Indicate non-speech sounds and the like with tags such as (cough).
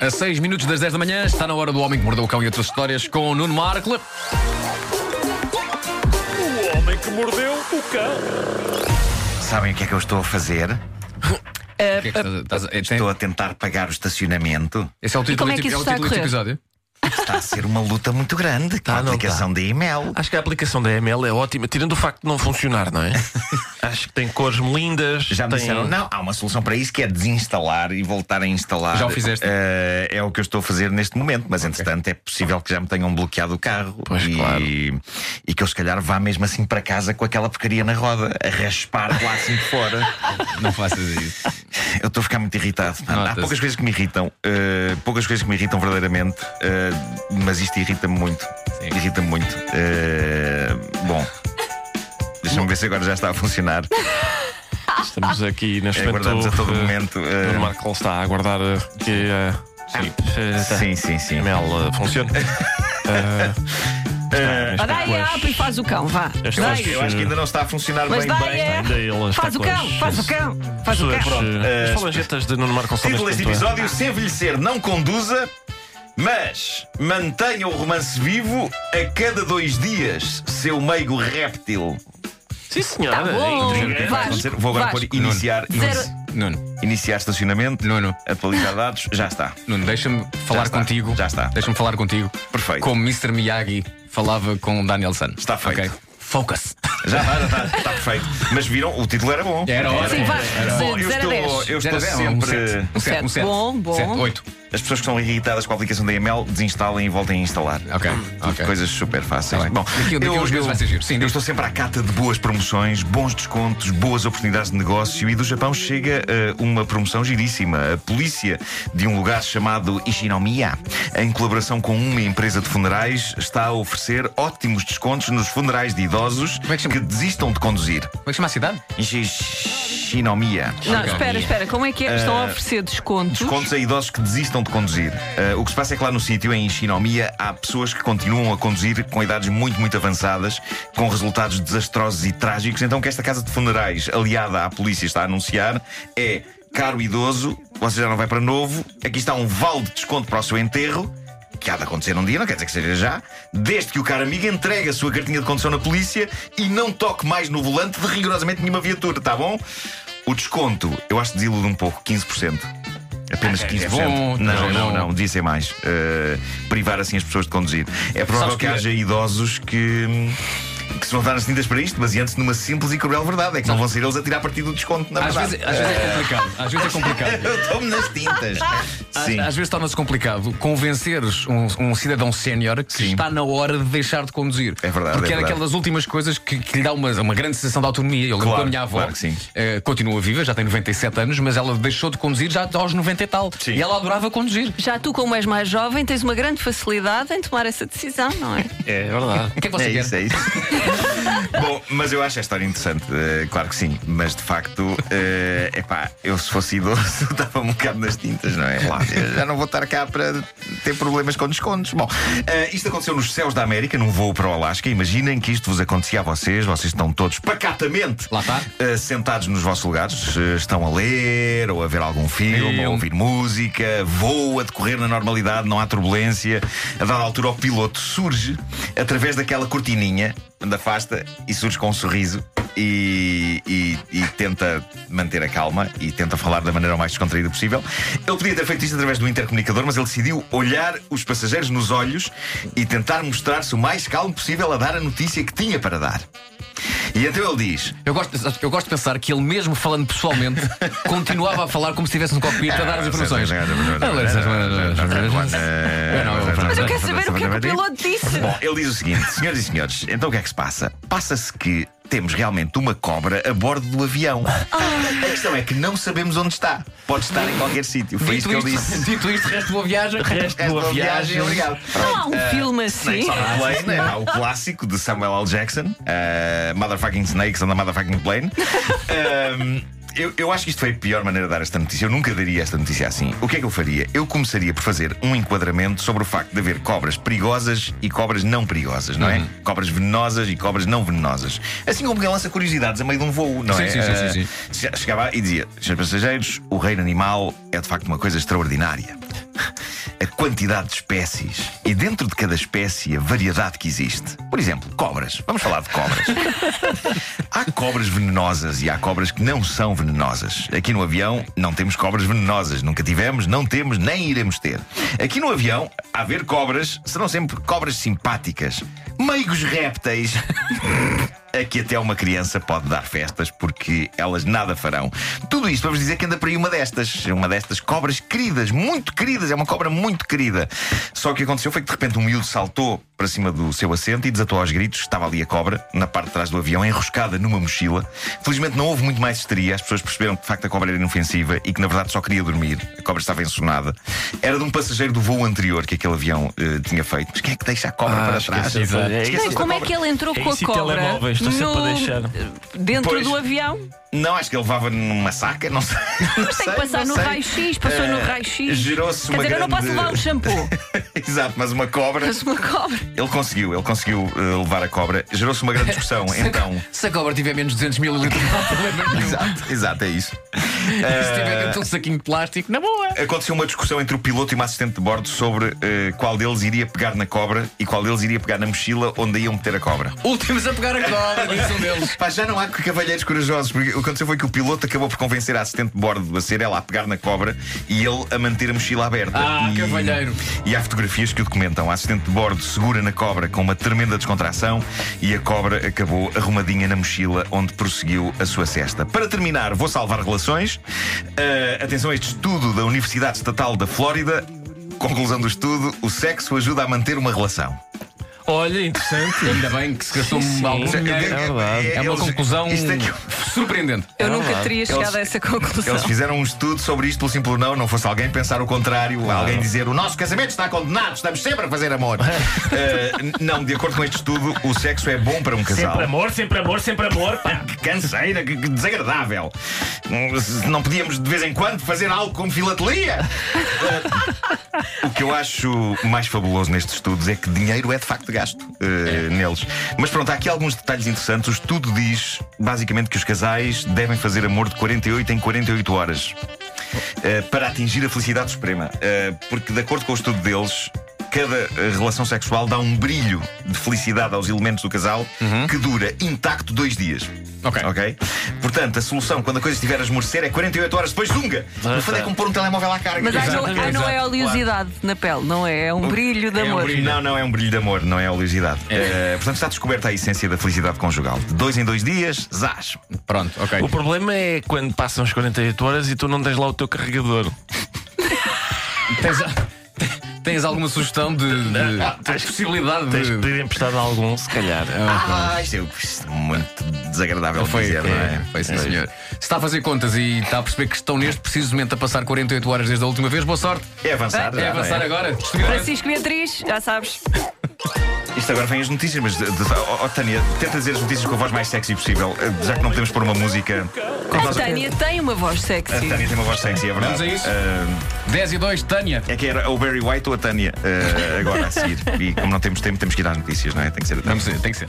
A 6 minutos das 10 da manhã está na hora do Homem que Mordeu o Cão e outras histórias com o Nuno Marco. O homem que mordeu o cão. Sabem o que é que eu estou a fazer? O que é que estás a- estás a- é, tem- Estou a tentar pagar o estacionamento. Esse é o título como é deste que isso é o está a título deste correr? episódio. Está a ser uma luta muito grande com Tá, a não aplicação da e-mail. Acho que a aplicação da ML é ótima, tirando o facto de não funcionar, (laughs) não é? Acho que tem cores lindas. Já me tem... disseram, não, há uma solução para isso que é desinstalar e voltar a instalar. Já o fizeste? Eh, é o que eu estou a fazer neste momento, mas entretanto é possível que já me tenham bloqueado o carro Pois, e, claro. e que eu se calhar vá mesmo assim para casa com aquela porcaria na roda, a raspar lá assim de fora. Não faças isso. Eu estou a ficar muito irritado. pá. Há Nota-se. poucas coisas que me irritam. eh, poucas coisas que me irritam verdadeiramente. eh, mas isto irrita-me muito. Sim. Irrita-me muito. Eh, bom. Deixa-me ver se agora já está a funcionar. Estamos aqui neste momento. Aguardamos É, a todo eh, momento. eh, Ah, O Marco está a aguardar eh, que eh, sim, eh, tá. sim, sim, a sim. ML eh, funcione. Eh, está, mas Ah, dá com aí as- a app e faz o cão, vá. as Dá Eu coisas- acho, que- Eh, eu acho que ainda não está a funcionar Mas bem. dá bem. é. Ainda ele está Faz o com as- cão, faz o cão, faz o Pessoas, cão. eh, As eh, falangetas de Nuno Marco são Título deste neste momento, episódio: Se envelhecer, não conduza. Mas mantenha o romance vivo a cada dois dias, seu meigo réptil. eh, Sim, senhora. Tá bom. Ainda- Vai Vasco, acontecer. Vou agora pôr Vasco. iniciar. Zero- Nuno, Iniciar estacionamento. Nuno, Atualizar dados, já está. Nuno, deixa-me falar está, contigo. já está. Deixa-me falar contigo. Perfeito. Como Mr. Miyagi falava com Daniel San. Está feito. Ok? Focus. Já está, já está, está perfeito. Mas viram, o título era bom. Era ótimo. Sim, vá, Bom, de eu 0 a 10. estou, eu Já estou era, é um sempre. sete. Um sete, um Sete. sete. Bom, bom. Sete, oito. As pessoas que são irritadas com a aplicação da EML desinstalem e voltem a instalar. Ok, ok. Coisas super fáceis. Tá bem. Daqui- daqui a uns meses vai ser giro. Sim, diz. eu estou sempre à cata de boas promoções, bons descontos, boas oportunidades de negócio e do Japão chega eh, uma promoção giríssima. A polícia de um lugar chamado Ishinomiya, em colaboração com uma empresa de funerais, está a oferecer ótimos descontos nos funerais de idosos Como é que chama? desistam de conduzir. Como é que chama a cidade? Ishinomiya. Não, Ok. espera, espera, como é que é? Estão a oferecer descontos. Eh, Descontos a idosos que desistam de conduzir. Ah, o que se passa é que lá no sítio, em Xinomia, há pessoas que continuam a conduzir com idades muito, muito avançadas, com resultados desastrosos e trágicos. Então, o que esta casa de funerais, aliada à polícia, está a anunciar é: caro idoso, você já não vai para novo, aqui está um vale de desconto para o seu enterro. Que há de acontecer um dia, não quer dizer que seja já, desde que o cara amigo entregue a sua cartinha de condução na polícia e não toque mais no volante de rigorosamente nenhuma viatura, tá bom? O desconto, eu acho que desilude um pouco, 15%. Apenas 15%. bom, não, Ah, é não, bom. não, devia ser mais. Eh, privar assim as pessoas de conduzir. É provável Sabes que, que- haja idosos que. hum, Que se vão dar nas tintas para isto, baseando-se numa simples e cruel verdade. É que não vão ser eles a tirar partido do desconto, na Às verdade. vezes, às vezes é complicado. Às vezes é complicado. (laughs) Eu tomo nas tintas. (laughs) Às- Sim. Às vezes torna-se complicado convenceres um, um cidadão sénior que Sim. está na hora de deixar de conduzir. É verdade, Porque é era verdade. aquelas últimas coisas que, que lhe dá uma, uma grande sensação de autonomia. Eu lembro Claro, da minha avó, claro que sim. eh, continua viva, já tem 97 anos, mas ela deixou de conduzir já aos 90 e tal. Sim. E ela adorava conduzir. Já tu, como és mais jovem, tens uma grande facilidade em tomar essa decisão, não é? É (laughs) verdade. O que é que você é quer? isso, é isso. Bom, mas eu acho a história interessante, eh, claro que sim. Mas de facto, é epá, eu se fosse idoso (laughs) estava um bocado nas tintas, não é? Eu já não vou estar cá para ter problemas com descontos. Bom, eh, isto aconteceu nos céus da América, num voo para o Alasca. Imaginem que isto vos acontecia a vocês, vocês estão todos pacatamente Lá está. eh, sentados nos vossos lugares, eh, estão a ler ou a ver algum filme, Filme. ou a ouvir música, voa a decorrer na normalidade, não há turbulência. A dada altura, o piloto surge através daquela cortininha da afasta e surge com um sorriso e, e- e tenta manter a calma e tenta falar da maneira mais descontraída possível. Ele podia ter feito isto através do intercomunicador, mas ele decidiu olhar os passageiros nos olhos e tentar mostrar-se o mais calmo possível a dar a notícia que tinha para dar. E então ele diz. Eu gosto, eu gosto de pensar que ele mesmo falando pessoalmente continuava a falar como se estivesse no cockpit a dar as informações. É, Mas eu quero saber o que é que o piloto disse. Bom, ele diz o seguinte, senhoras e senhores, então o que é que se passa? Passa-se que temos realmente uma cobra a bordo do avião. Ah. A questão é que não sabemos onde está. Pode estar em qualquer sítio. Foi isto Dito que ele isto, disse. dito isto, resto boa viagem. Resto (laughs) Esta boa viagem, obrigado. Não há Eh, um filme assim. Snakes on a Plane, né? Há o clássico de Samuel L. Jackson, eh, Motherfucking Snakes on the Motherfucking Plane. Ehm, eu, eu acho que isto foi a pior maneira de dar esta notícia. Eu nunca daria esta notícia assim. O que é que eu faria? Eu começaria por fazer um enquadramento sobre o facto de haver cobras perigosas e cobras não perigosas, não Uhum. é? Cobras venenosas e cobras não venenosas. Assim como quem lança curiosidades a meio de um voo, não Sim, é? sim, sim, Eh, sim, sim. che- Chegava e dizia: Senhores passageiros, o reino animal é de facto uma coisa extraordinária. a quantidade de espécies e dentro de cada espécie a variedade que existe. Por exemplo, cobras. Vamos falar de cobras. Há cobras venenosas e há cobras que não são venenosas. Aqui no avião não temos cobras venenosas, nunca tivemos, não temos, nem iremos ter. Aqui no avião, a ver cobras, serão sempre cobras simpáticas, meigos répteis. A É que até uma criança pode dar festas porque elas nada farão. Tudo isto vamos dizer que anda por aí uma destas, uma destas cobras queridas, muito queridas, é uma cobra muito querida. Só que o que aconteceu foi que de repente um miúdo saltou para cima do seu assento e desatou aos gritos. Estava ali a cobra, na parte de trás do avião, enroscada numa mochila. Felizmente não houve muito mais histeria, as pessoas perceberam que de facto a cobra era inofensiva e que na verdade só queria dormir. A cobra estava ensonada. Era de um passageiro do voo anterior que aquele avião eh, tinha feito. Mas quem é que deixa a cobra para trás? esqueci, exato. Esqueceste Não, da como é cobra? que ele entrou com a isso e cobra telemóveis, estou sempre a deixar. dentro Pois. do avião? Não, acho que ele levava numa saca, não sei. Não Mas tem sei, que passar não no sei. raio-x, passou no Eh, raio-x. gerou-se Quer uma dizer, eu não posso grande- levar um shampoo, (laughs) Exato, mas uma cobra. mas uma cobra. Ele conseguiu, ele conseguiu eh, levar a cobra. Gerou-se uma grande (laughs) discussão, então. (laughs) Se a cobra tiver menos de 200 mil litros, não há problema nenhum. Exato, exato, é isso. Se tiver dentro de um saquinho de plástico, na boa. Aconteceu uma discussão entre o piloto e uma assistente de bordo sobre eh, qual deles iria pegar na cobra e qual deles iria pegar na mochila onde iam meter a cobra. Últimos a pegar a cobra, disse um (laughs) deles. Pá, já não há cavalheiros corajosos, porque o que aconteceu foi que o piloto acabou por convencer a assistente de bordo a ser ela a pegar na cobra e ele a manter a mochila aberta. Ah, e, cavalheiro. E há fotografias que o documentam. A assistente de bordo segura na cobra com uma tremenda descontração e a cobra acabou arrumadinha na mochila onde prosseguiu a sua cesta. Para terminar, vou salvar relações. Ah, atenção a este estudo da Universidade Estatal da Flórida. Conclusão do estudo: o sexo ajuda a manter uma relação. Olha, interessante. Ainda bem que se gastou um algum dinheiro. É uma Eles- conclusão Isto é que- surpreendente. Eu nunca teria chegado a essa conclusão. Eles fizeram um estudo sobre isto pelo simples não, não fosse alguém pensar o contrário, alguém dizer o nosso casamento está condenado, estamos sempre a fazer amor. (laughs) Eh, n- não, de acordo com este estudo, o sexo é bom para um casal. Sempre amor, sempre amor, sempre amor. Pá. Que canseira, que, que desagradável. Hum, se Não podíamos de vez em quando fazer algo como filatelia? Eh, o que eu acho mais fabuloso nestes estudos é que dinheiro é de facto gasto eh, É. neles. Mas pronto, há aqui alguns detalhes interessantes. O estudo diz basicamente que os casais devem fazer amor de 48 em 48 horas eh, para atingir a felicidade suprema. Eh, porque, de acordo com o estudo deles, cada eh, relação sexual dá um brilho de felicidade aos elementos do casal que dura intacto dois dias. Uhum. Ok. Ok? Portanto, a solução, quando a coisa estiver a esmorecer, é 48 horas depois, zunga! No fundo é como pôr um telemóvel à carga. Mas há, Exatamente, não, há não é exato, oleosidade na pele, não é? É um brilho de É um amor. brilho. Não, não é um brilho de amor, não é oleosidade. É. Eh, portanto, está descoberta a essência da felicidade conjugal. De dois em dois dias, zás. Pronto, ok. O problema é quando passam as 48 horas e tu não tens lá o teu carregador. Tens, tens alguma sugestão de, de possibilidade Tens de Hum. de. pedir emprestado a algum, se calhar. Ah, isto é isto é muito desagradável de Foi, dizer, não é? é, foi sim, senhor. Se está a fazer contas e está a perceber que estão neste precisamente a passar 48 horas desde a última vez, boa sorte. É avançar. já, É não avançar agora. Francisco Beatriz, já sabes. Isto agora vem as notícias, mas de, de, oh, oh, Tânia, tenta dizer as notícias com a voz mais sexy possível, eh, já que não podemos pôr uma música. A Tânia tem uma voz A sexy. Tânia tem uma voz sexy, é verdade. Vamos a isso? Eh, 10 e 2, Tânia. é que era o Barry White ou a Tânia eh, agora a seguir. E como não temos tempo, temos que ir às notícias, não é? Tem que ser a Tânia. Vamos ver, tem que ser.